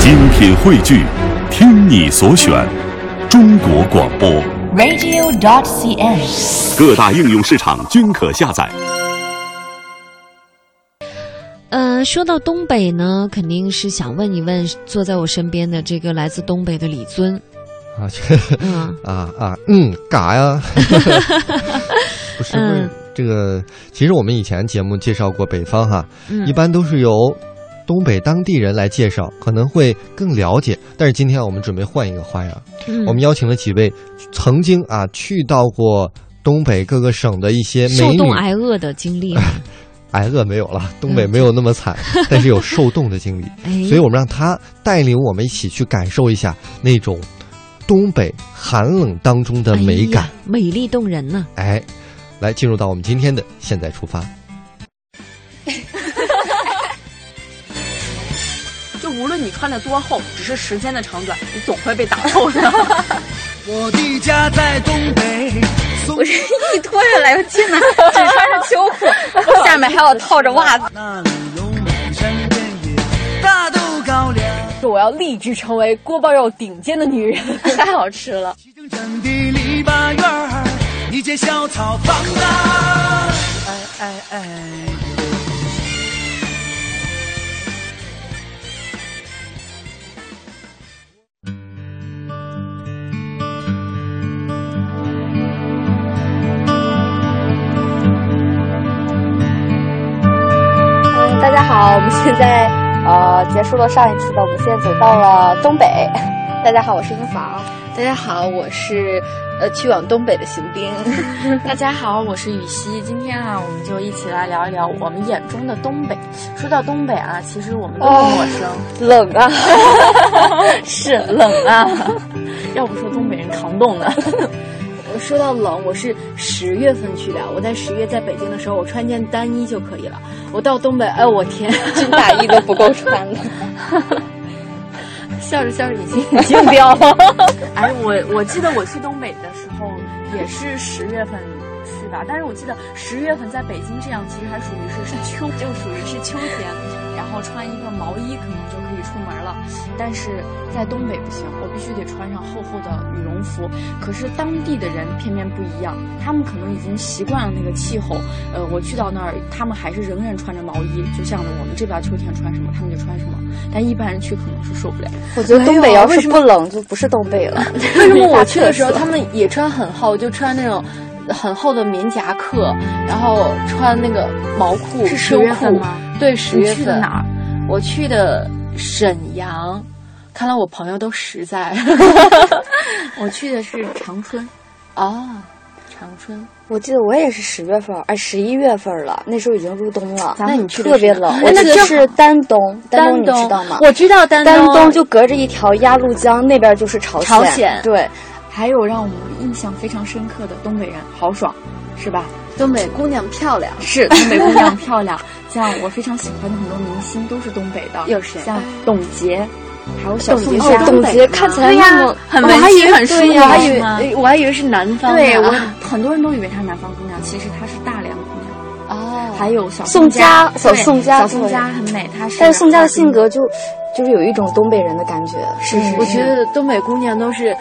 精品汇聚，听你所选，中国广播。 radio.cn。各大应用市场均可下载。呃，说到东北呢，肯定是想问一问坐在我身边的这个来自东北的李 尊。啊，这 嗯啊啊，嗯，嘎呀，不是不是嗯，这个其实我们以前节目介绍过北方哈，嗯一，般都是由东北当地人来介绍，可能会更了解。但是今天我们准备换一个花样，嗯我们邀请了几位曾经啊去到过东北各个省的一些受美女冻，挨饿的经 历，挨饿没有了，东北没有那 么惨，但是有受冻的经历。哎，所以我们让他带领我们一起去感受一下那种东北寒冷当中的美感哎。呀美丽动人呢、哎，来进入到我们今天的现在出发。就无论你穿的多厚，只是时间的长短，你总会被打透的。我的家在东北，松一脱下来又进来，只穿着秋裤，下面还有套着袜子。那里有满山遍野大豆高粱，说我要立志成为锅包肉顶尖的女人。 太好吃了，齐整整的篱笆院儿，一间小草房啊，哎哎哎。嗯，大家好，我们现在呃结束了上一次的，我们现在走到了东北。大家好，我是英房。大家好，我是呃去往东北的邢 兵。大家好，我是雨熙。今天啊，我们就一起来聊一聊我们眼中的东北。说到东北啊，其实我们都不陌哦生，冷 啊，是冷啊。要不说东北人扛冻呢。 我说到冷，我是十月份去的，我在十月在北京的时候，我穿件单衣就可以了。我到东北，哎，我 天，军大衣都不够穿 了。笑着笑着已经已经掉了。哎，我我记得我去东北的时候也是十月份去吧，但是我记得十月份在北京这样其实还属于是是秋，就属于是秋天，然后穿一个毛衣可能就可以出门了。但是在东北不行，我必须得穿上厚厚的羽绒服。可是当地的人偏偏不一样，他们可能已经习惯了那个气候。呃，我去到那儿，他们还是仍然穿着毛衣，就像我们这边秋天穿什么，他们就穿什么。但一般人去可能是受不了。我觉得东哎北要是不冷，就不是东北了。 为什么我去的时候他们也穿很厚，就穿那种很厚的棉夹克，然后穿那个毛裤、是秋十月份裤吗？对，十月你去的份哪儿？我去的沈阳。看来我朋友都实在 我去的是长春。啊，长春。我记得我也是十月份，哎，十一月份了，那时候已经入冬了，咱们去的特是别哪冷。哎我那记得正好是丹东，丹东丹你东知道吗？我知道丹丹东东就隔着一条鸭绿江，那边就是朝鲜。朝鲜对，还有让我们印象非常深刻的东北人豪爽，是吧？东北姑娘漂亮，是东北姑 娘漂亮，像我非常喜欢的很多明星都是东北的， 有谁像董洁，还有小董宋洁佳是董东北洁吗看起来对呀那么很我文还以青，为很舒对服，呀我还以是吗为我还以为是南方呢。对我很多人都以为她是南方姑娘，其实她是大连姑娘。哦，还有小宋佳佳，对小宋佳小宋对佳很美，她是。但是宋佳的性格就就是有一种东北人的感觉。是是我觉得东北姑娘都是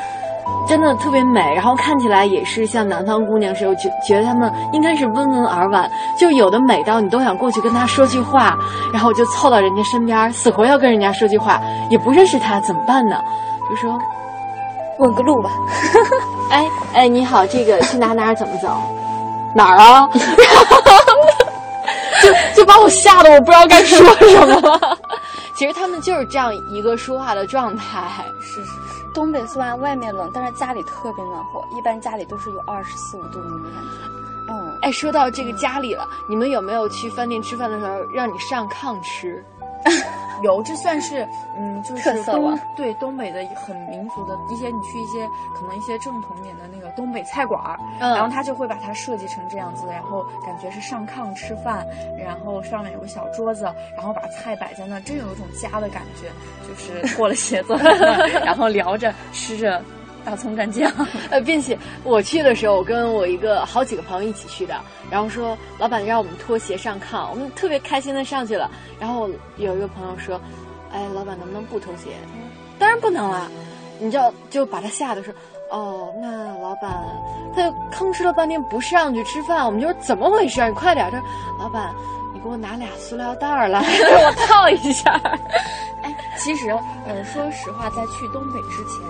真的特别美，然后看起来也是像南方姑娘似的，我觉觉得她们应该是温文尔婉，就有的美到你都想过去跟她说句话，然后我就凑到人家身边，死活要跟人家说句话，也不认识她，怎么办呢？就说，问个路吧，哎哎，你好，这个去哪哪儿怎么走？哪儿啊？ 就就把我吓得我不知道该说什么了。 其实他们就是这样一个说话的状态。是是是。东北虽然外面冷，但是家里特别暖和，一般家里都是有二十四五度那种感觉。嗯，哎，说到这个家里了，你们有没有去饭店吃饭的时候让你上炕吃？ 有，这算是嗯，就是特色吧东对东北的很嗯民族的一些，你去一些可能一些正统点的那个东北菜馆儿，然后 嗯，他就会把它设计成这样子，然后感觉是上炕吃饭，然后上面有个小桌子，然后把菜摆在那，真有一种家的感觉，就是过了节坐在那 儿，然后聊着吃着大葱蘸酱，呃，并且我去的时候，我跟我一个好几个朋友一起去的，然后说老板让我们脱鞋上炕，我们特别开心的上去了，然后有一个朋友说。哎，老板能不能不脱鞋？当然不能啦，你知道，就把他吓得说，哦，那老板，他就吭哧了半天不上去吃饭，我们就说怎么回事？你快点儿，他说老板，你给我拿俩塑料袋儿来， 让我套一下。 其实，呃，说实话，在去东北之前，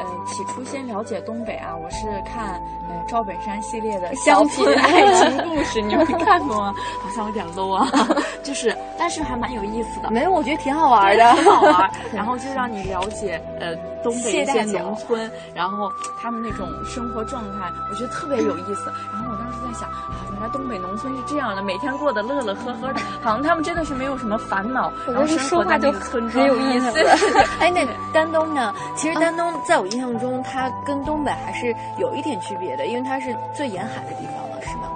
呃，起初先了解东北啊，我是看呃赵本山系列的乡小品村爱情故事， 你们看过吗？好像有点 low 啊， 就是，但是还蛮有意思的。没有，我觉得挺好玩儿的。很好玩儿， 然后就让你了解呃东北一谢些大脚农村，然后他们那种生活状态，我觉得特别有意思。然后我当时在想啊，原来东北农村是这样的，每天过得乐乐呵呵的，好像他们真的是没有什么烦恼，然后觉得生活说在话那就个村很庄，嗯有意思对了对 对 哎，那丹东呢？其实丹东在我印象中，它跟东北还是有一点区别的，因为它是最沿海的地方了，是吗？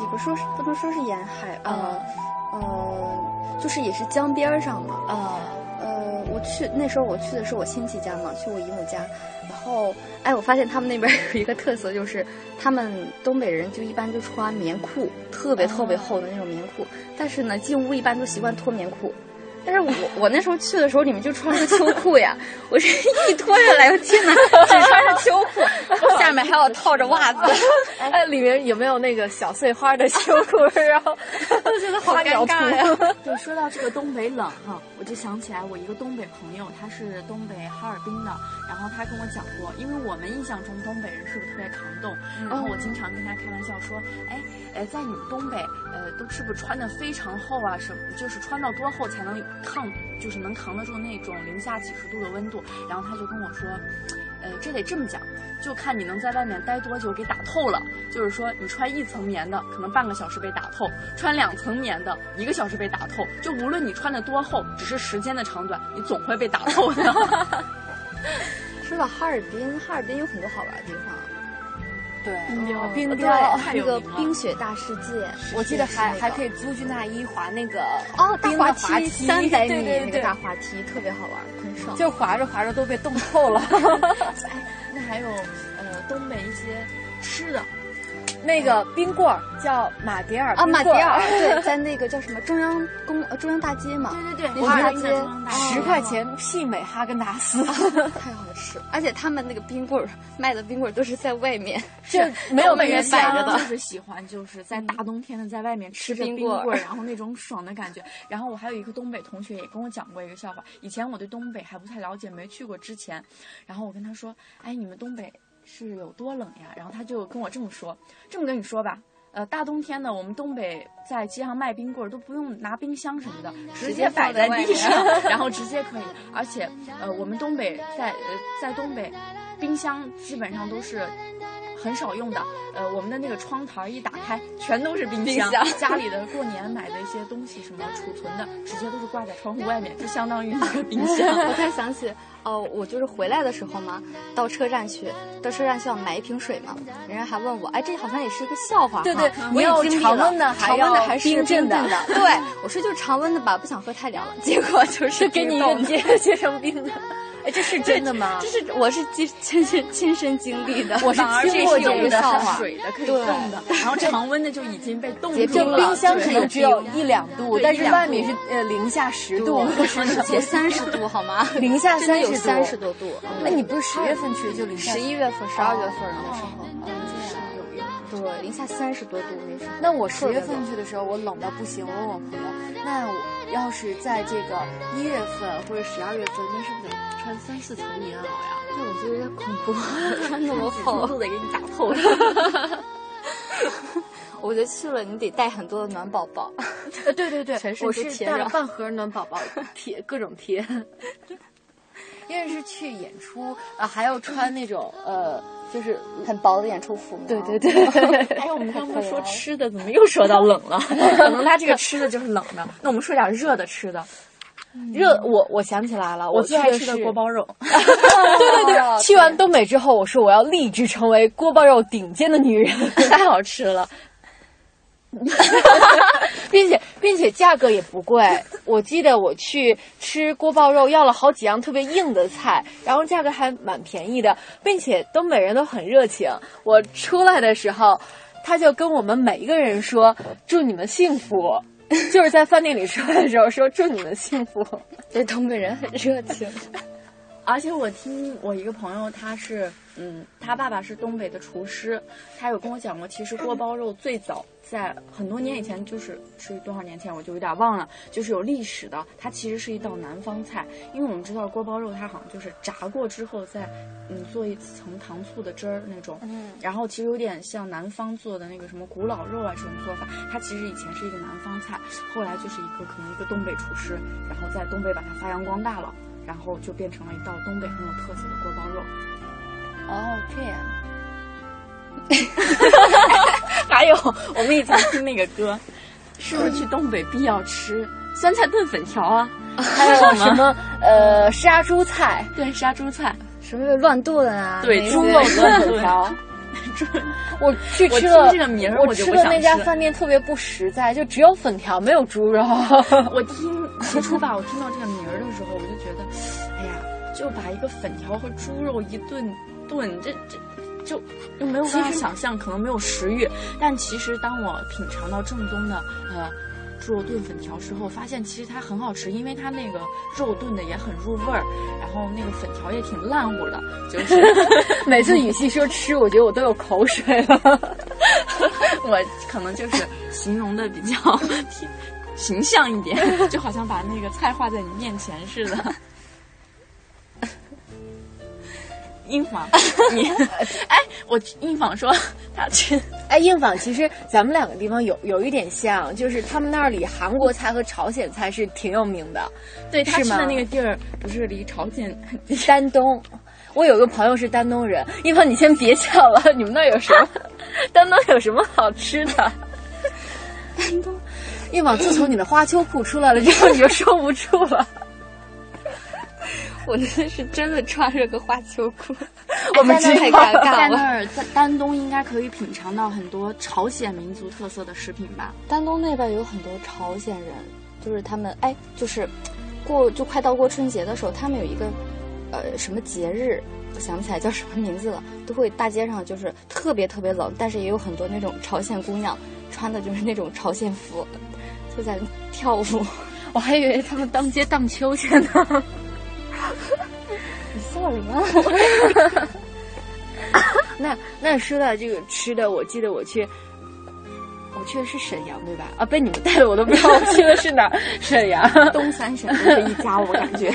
也不说是不能说是沿海，嗯呃，呃，就是也是江边儿上嘛。啊、呃，我去那时候我去的是我亲戚家嘛，去我姨母家，然后哎，我发现他们那边儿有一个特色，就是他们东北人就一般就穿棉裤，特别特别厚的那种棉裤，但是呢，进屋一般都习惯脱棉裤。但是我我那时候去的时候，你们就穿着秋裤呀，我这一脱下来，我天哪，只穿着秋裤，然后下面还要套着袜子，哎，里面有没有那个小碎花的秋裤？然后我觉得好尴尬 呀。对，说到这个东北冷哈，我就想起来我一个东北朋友，他是东北哈尔滨的，然后他跟我讲过，因为我们印象中东北人是不是特别抗冻，嗯然后我经常跟他开玩笑说，哎，呃，在你们东北，呃，都是不是穿的非常厚啊，什么就是穿到多厚才能抗，就是能扛得住那种零下几十度的温度？然后他就跟我说。呃，这得这么讲，就看你能在外面待多久给打透了。就是说，你穿一层棉的，可能半个小时被打透；穿两层棉的，一个小时被打透。就无论你穿的多厚，只是时间的长短，你总会被打透 的。说到哈尔滨，哈尔滨有很多好玩的地方，呃对，雕冰对雕。太那有个名了冰雪大世界，我记得还还可以以租去大衣滑那个哦，大冰滑的滑梯梯三百米对对那个对大滑梯特别好玩，很爽。就滑着滑着都被冻透了。 那还有呃，东北一些吃的，那个冰棍儿叫马迭尔啊，冰马棍迭儿 尔，对，在那个叫什么中央公呃中央大街嘛，对对对，那是大哈尔滨街的中央大哦十块钱媲美哈根达斯， 太好吃了。而且他们那个冰棍儿卖的冰棍儿都是在外面，就没有东北被人人摆着家的就。是喜欢，就是在大冬天的在外面吃着吃冰冰棍儿棍儿，然后那种爽的感觉。然后我还有一个东北同学也跟我讲过一个笑话，以前我对东北还不太了解，没去过之前，然后我跟他说：“哎，你们东北是有多冷呀？”然后他就跟我这么说：“这么跟你说吧。”呃，大冬天的，我们东北在街上卖冰棍儿都不用拿冰箱什么的，直接摆在地上，然后直接可以。而且，呃，我们东北在呃在东北，冰箱基本上都是很少用的。呃，我们的那个窗台儿一打开，全都是冰箱。家里的过年买的一些东西什么储存的，直接都是挂在窗户外面，就相当于一个冰箱。我突然想起，哦，我就是回来的时候嘛，到车站去，到车站需要买一瓶水嘛，人家还问我，哎，这好像也是一个笑话哈，对对我你也要经历常了温的还常温的要还是冰镇的的，对，我说就是常温的吧，不想喝太凉了，结果 就是给你一冰冻个的接接成冰的，哎，这是真的吗这？是我是亲亲是亲身经历的， 我是 反而听这过是有这一个个笑话笑话。水的可以对冻的，然后常温的就已经被冻结住就冰了。冰箱可对能只有一两度，对但一是两外面度是呃零下十度 我，我三十度好吗？零下真的三有十三十。多度，那你不是十月份去的就零下十一月份、十二月啊份那时候，嗯有有对，零下三十多度那时候。那我十月份去的时候，我冷到不行。我问我朋友，那我要是在这个一月份或者十二月份，那是不是得穿三四层棉袄呀？对，我觉得有点恐 怖，穿 那 么厚厚度得给你打透。厚的。 我觉得去了你得带很多的暖宝宝，呃，对 对对，全身我都是贴带了着半盒暖 宝宝贴，各种贴。 因为是去演出，啊，还要穿那种呃，就是很薄的演出服。对对， 对，哎，我们 刚刚说了吃的，怎么又说到冷了？可能他这个吃的就是冷的。那我们说点热的吃的，热我我想起来了，我最爱去吃的锅包 肉。对对 对，去完东北之后，我说我要立志成为锅包肉顶尖的女人， 太好吃了， 并且并且价格也不贵。我记得我去吃锅包肉，要了好几样特别硬的菜，然后价格还蛮便宜的，并且东北人都很热情。我出来的时候，他就跟我们每一个人说：“祝你们幸福。” 就是在饭店里吃饭的时候说祝你们幸福。对，东北人很热情。而且我听我一个朋友，他是，嗯，他爸爸是东北的厨师，他有跟我讲过，其实锅包肉最早在很多年以前，就是是多少年前，我就有点忘了，就是有历史的。它其实是一道南方菜，因为我们知道锅包肉它好像就是炸过之后再，嗯，做一层糖醋的汁儿那种，嗯，然后其实有点像南方做的那个什么古老肉啊这种做法，它其实以前是一个南方菜，后来就是一个可能一个东北厨师，然后在东北把它发扬光大了，然后就变成了一道东北很有特色的锅包肉。哦，这 样。还有我们以前听那个歌，是不是去东北必要吃酸菜炖粉条啊？还有什么呃杀猪菜，对，杀猪菜，什么乱炖啊？对，那猪些肉炖粉条。我我去吃听了，这个名儿我我就吃不了想那家吃饭店特别不实在，就只有粉条没有猪肉。 我听起初吧，我听到这个名儿的时候，我就觉得，哎呀，就把一个粉条和猪肉一顿炖，这这。就就没有办法想象，可能没有食欲。但其实当我品尝到正宗的呃猪肉炖粉条之后，发现其实它很好吃，因为它那个肉炖的也很入味儿，然后那个粉条也挺烂乎的，就是 每次语气说吃，我觉得我都有口水了。 我可能就是形容的比较形象一点， 就好像把那个菜画在你面前似的。英访， 你哎，我英访说他去哎，硬坊其实咱们两个地方有有一点像，就是他们那里韩国菜和朝鲜菜是挺有名的，对他是去吗的 那个地儿，不是离朝鲜丹东。我有个朋友是丹东人，一鹏，你先别笑了，你们那儿有 什么？丹东有什么好吃的？丹东，一鹏，自从你的花秋裤出来了之后，你就收不住了。 我那是真的穿着个花秋裤， 哎我们真知的太道尴在那尬了。儿在丹东应该可以品尝到很多朝鲜民族特色的食品吧？丹东那边有很多朝鲜人，就是他们哎，就是过就快到过春节的时候，他们有一个呃什么节日，我想不起来叫什么名字了，都会大街上就是特别特别冷，但是也有很多那种朝鲜姑娘穿的就是那种朝鲜服，就在那跳舞。 我还以为他们当街荡秋千呢。你笑什么？那那说到这个吃的，我记得我去，我去的是沈阳对吧？啊，被你们带的我都不知道我去的是哪儿。 沈阳，东三省都是一 家，我感觉。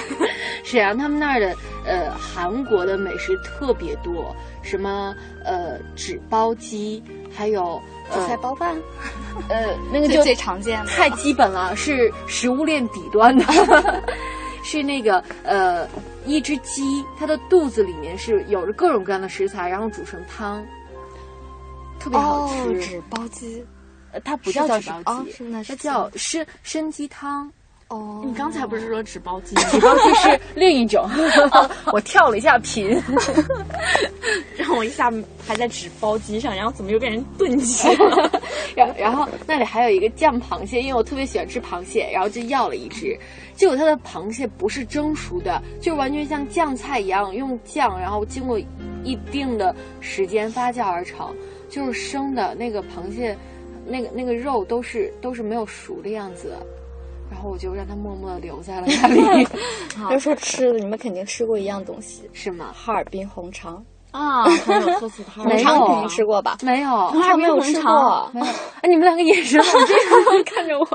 沈阳他们那儿的呃韩国的美食特别多，什么呃纸包鸡，还有韭菜呃包饭，呃那个这就就最常见的。太基本了，是食物链底端的， 是那个呃一只鸡，它的肚子里面是有着各种各样的食材，然后煮成汤，特别好吃。哦，纸包鸡呃，它不是叫叫纸纸包哦鸡，是那它是叫嗯参参鸡汤。哦，你刚才不是说纸包鸡？纸包鸡是另一种， 哦我跳了一下频。让我一下还在纸包鸡上，然后怎么又变成炖鸡了？然 然后那里还有一个酱螃蟹，因为我特别喜欢吃螃蟹，然后就要了一只。结果它的螃蟹不是蒸熟的，就完全像酱菜一样，用酱然后经过一定的时间发酵而成，就是生的那个螃蟹，那个那个肉都是都是没有熟的样子。然后我就让它默默地留 在了那里，要说吃的，你们肯定吃过一样东西，是吗？哈尔滨红肠。 啊，朋友喝死他了红没肠有肯定吃过吧？ 没有，红肠没有吃过，没有。哎，你们两个眼神好这样看着我。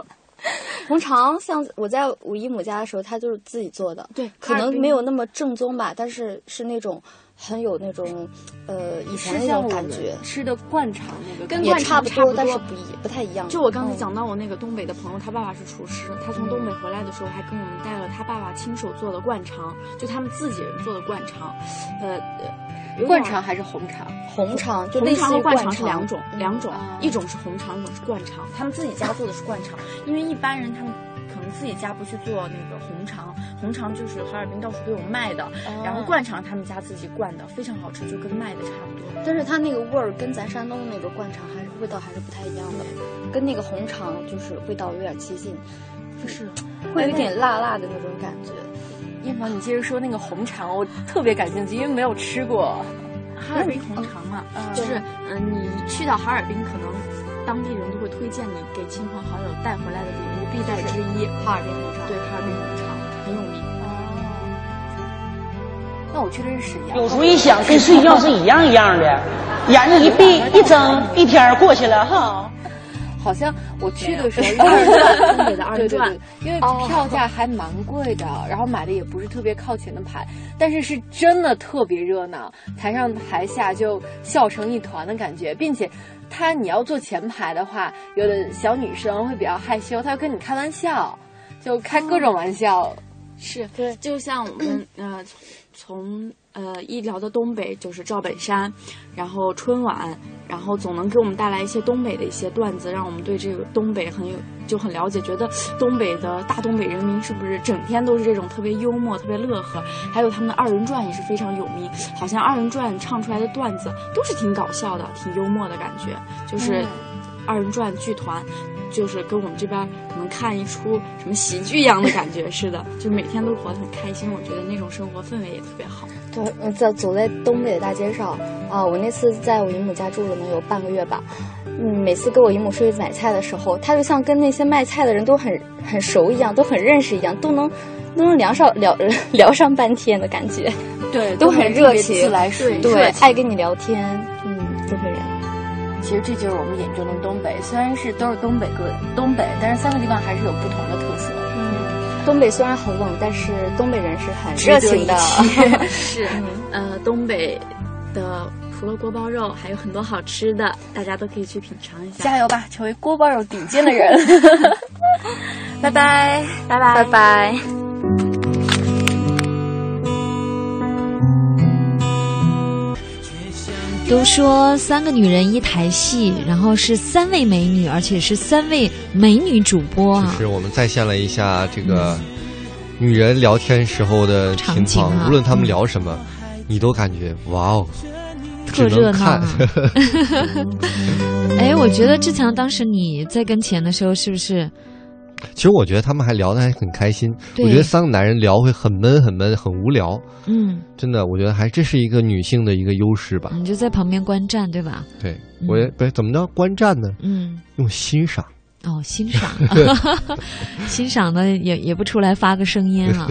红肠像我在我姨母家的时候，她就是自己做的，对可能没有那么正宗吧，但是是那种很有那种呃以前是那像种我感们觉，吃的灌肠那个感觉，跟也灌差肠不差不多，但多是不一不太一样。就我刚才嗯讲到我那个东北的朋友，他爸爸是厨师，他从东北回来的时候还给我们带了他爸爸亲手做的灌肠，就他们自己人做的灌肠，呃，呃有点灌肠。还是红肠？嗯红肠，就类红肠似和于灌灌肠是两种，两种啊，一种是红肠，一种是灌肠。他们自己家做的是灌肠，因为一般人他们可能自己家不去做那个红肠，红肠就是哈尔滨到处都有卖的，哦然后灌肠他们家自己灌的，非常好吃，就跟卖的差不多。但是它那个味儿跟咱山东那个灌肠还是味道还是不太一样的，跟那个红肠就是味道有点接近，就是会有点辣辣的那种感觉。艳芳，你接着说那个红肠，我特别感兴趣，因为没有吃过。哈尔滨红肠嘛，嗯就是嗯、呃你去到哈尔滨可能。当地人都会推荐你给亲朋好友带回来的礼物必带之一。哈尔滨红烧对，哈尔滨红肠很有名。哦，那我去的是沈 阳。有时候一想，跟睡觉是一样一样的，眼睛一闭一睁，一天儿过去了哈。好像我去的时 候，没有二人转东北 的二人对对转对，因为哦票价还蛮贵的，然后买的也不是特别靠前的牌，但是是真的特别热闹，台上台下就笑成一团的感觉，并且。他你要坐前排的话，有的小女生会比较害羞，她要跟你开玩笑，就开各嗯种玩笑。是，就像我们呃，从呃一聊到东北就是赵本山，然后春晚，然后总能给我们带来一些东北的一些段子，让我们对这个东北很有就很了解，觉得东北的大东北人民是不是整天都是这种特别幽默、特别乐呵？还有他们的二人转也是非常有名，好像二人转唱出来的段子都是挺搞笑的、挺幽默的感觉，就是二人转剧团。就是跟我们这边可能看一出什么喜剧一样的感觉似的，就每天都活得很开心。我觉得那种生活氛围也特别好。对，嗯在走在东北的大街上啊，我那次在我姨母家住了能有半个月吧。嗯，每次跟我姨母出去买菜的时候，她就像跟那些卖菜的人都很很熟一样，都很认识一样，都能都能聊上聊 聊上半天的感觉，对，都很热特别自情，来水对热，爱跟你聊天，嗯，东北人。其实这就是我们眼中的东北，虽然是都是东北各东北，但是三个地方还是有不同的特色。东北虽然很冷，但是东北人是很热情的。是， 呃，东北的除了锅包肉，还有很多好吃的，大家都可以去品尝一下。加油吧，成为锅包肉顶尖的人！拜拜，拜拜拜拜。都说三个女人一台戏，然后是三位美女，而且是三位美女主播就啊。是我们再现了一下这个女人聊天时候的情场景况，啊嗯无论她们聊什么，你都感觉哇哦，特只能热闹啊 看 哎，我觉得志强当时你在跟前的时候，是不是其实我觉得他们还聊得还很开心。对我觉得三个男人聊会很闷、很闷、很无聊，嗯，真的，我觉得还这是一个女性的一个优势吧。你就在旁边观战对吧？对，我也不是怎么着观战呢，嗯，用欣赏。 哦，欣赏，欣赏的也也不出来发个声音啊。